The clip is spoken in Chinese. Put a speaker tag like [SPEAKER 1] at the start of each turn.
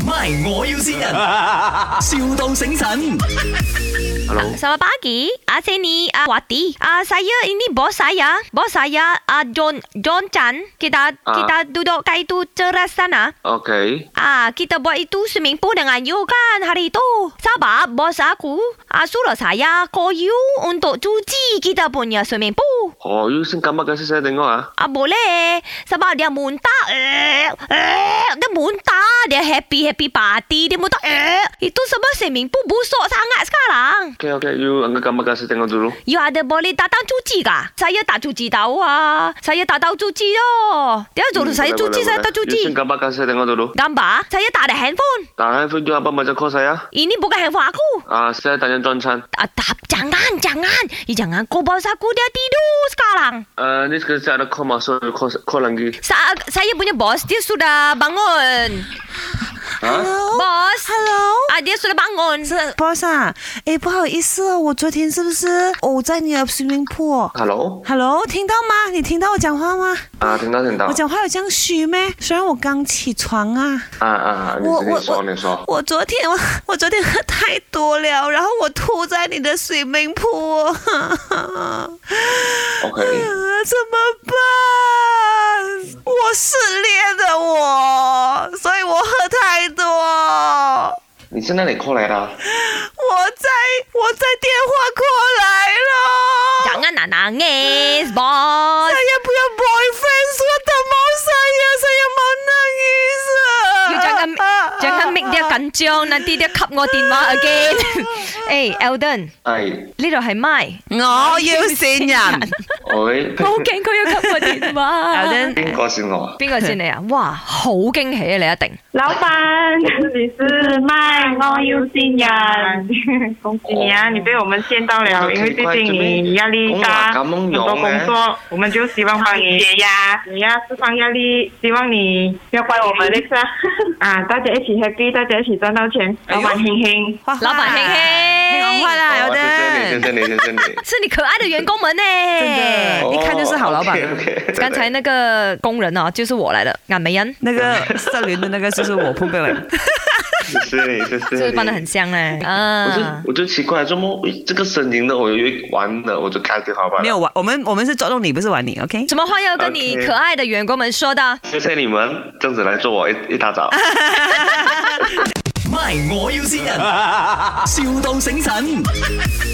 [SPEAKER 1] My，我要先人，, 笑到醒神。
[SPEAKER 2] Hello，
[SPEAKER 3] Selamat pagi. Ah, saya ni ah, Wati. Ah, saya ini bos saya. Bos saya ah, John John Chan. Kita
[SPEAKER 2] Ah.
[SPEAKER 3] kita duduk kat itu ceras sana.
[SPEAKER 2] OK，
[SPEAKER 3] Ah, kita buat itu swimming pool dengan you kan hari itu. Sebab bos aku ah, suruh saya call you untuk cuci kita punya swimming pool.
[SPEAKER 2] oh you sing gambar kasih saya tengok ah.
[SPEAKER 3] Ah, boleh. Sebab dia muntah. Eh, eh, dia muntah. Dia happy-happy party. Dia muntah. Eh, itu sebab swimming pool busuk sangat sekarang.
[SPEAKER 2] OK OK，you angkat gambar kasih tengok dulu.
[SPEAKER 3] You ada boleh datang cuci kah? Saya tak cuci tahu ah. Saya tak tahu cuci doh. Dia suruh
[SPEAKER 2] Hmm,
[SPEAKER 3] saya
[SPEAKER 2] boleh,
[SPEAKER 3] cuci,
[SPEAKER 2] boleh,
[SPEAKER 3] saya
[SPEAKER 2] boleh.
[SPEAKER 3] tak
[SPEAKER 2] You
[SPEAKER 3] cuci.
[SPEAKER 2] sing gambar kasih saya tengok dulu.
[SPEAKER 3] Gambar? Saya tak ada handphone.
[SPEAKER 2] Tak handphone you apa macam call saya?
[SPEAKER 3] Ini bukan handphone aku.
[SPEAKER 2] Ah, saya tanya John Chan.
[SPEAKER 3] Ah, tak, jangan, jangan. Eh, jangan kau bos aku dia tidur sekarang.
[SPEAKER 2] Uh, ni sekarang saya ada call masuk, you call, call lagi.
[SPEAKER 3] Sa saya punya bos dia sudah bangun.
[SPEAKER 2] Ah,
[SPEAKER 3] Bos.
[SPEAKER 4] Hello，
[SPEAKER 3] Ah, dia sudah bangun.
[SPEAKER 4] 是 boss 啊，哎，不好意思哦，我昨天是不是我在你的 swimming pool？
[SPEAKER 2] hello，Ah,
[SPEAKER 4] Hello，听到吗？你听到我讲话吗？
[SPEAKER 2] 啊，听到听到
[SPEAKER 4] 我。讲话有这样虚咩？虽然我刚起床啊，
[SPEAKER 2] 啊啊，你
[SPEAKER 4] 我
[SPEAKER 2] 你
[SPEAKER 4] 我
[SPEAKER 2] 说
[SPEAKER 4] 我
[SPEAKER 2] 你说，
[SPEAKER 4] 我昨天 我我昨天喝太多了，然后我吐在你的 swimming pool，
[SPEAKER 2] OK
[SPEAKER 4] 哎呀 怎么办？我失恋的我，所以我喝太多。
[SPEAKER 2] 你是哪里 call 来的啊？
[SPEAKER 4] 我在我在电话过来了，
[SPEAKER 3] Jangan nak nangis, bos.
[SPEAKER 4] saya punya boyfriend sudah mau saya, saya mau nangis.
[SPEAKER 3] You jangan
[SPEAKER 4] 啊
[SPEAKER 3] jangan make dia kencang nanti dia cut 我電話 again. Eh, Eldon,
[SPEAKER 2] 哎，
[SPEAKER 3] 呢度係 Mike。
[SPEAKER 4] 我要善人，
[SPEAKER 2] 喂，
[SPEAKER 3] 好 勁佢要 cut 我 電話。
[SPEAKER 2] 边个是我啊？
[SPEAKER 3] 邊個先你啊？哇，好驚喜啊！你一定。
[SPEAKER 5] 老板，你是卖猫又新人，恭喜你啊！你被我们见到了，因为最近你压力大， 很多工作，我们就希望帮你解压，你要释放压力，希望你不要怪我 们那个啊！大家一起 happy，大家一起赚到钱，老板兴兴。
[SPEAKER 3] 老闆嘿嘿
[SPEAKER 4] 听我话啦，有
[SPEAKER 2] 哦谢谢你，谢
[SPEAKER 4] 的。
[SPEAKER 2] 谢你，谢谢 你。
[SPEAKER 3] 是你可爱的员工们呢、
[SPEAKER 4] 真的一
[SPEAKER 2] Oh,
[SPEAKER 4] 看就是
[SPEAKER 3] lah,
[SPEAKER 4] 好老板
[SPEAKER 2] OK，OK，
[SPEAKER 3] 刚才那个工人哦，就是我来的，俺梅人，
[SPEAKER 4] 那个 色轮的那个就是我碰壁了，
[SPEAKER 2] 谢谢你，谢谢你。
[SPEAKER 3] 就是扮得很像哎、
[SPEAKER 2] 我就
[SPEAKER 4] 嗯
[SPEAKER 3] 啊，
[SPEAKER 2] 我就奇怪，怎么这个声音呢？我以为完了，我就开电话吧。
[SPEAKER 4] 没有，玩，我们我们是捉弄你，不是玩你，OK？
[SPEAKER 3] 什么话要跟你
[SPEAKER 2] OK
[SPEAKER 3] 可爱的员工们说的？
[SPEAKER 2] 谢谢你们这样子来做我一一大早。
[SPEAKER 1] My，我要先人，,笑到醒神。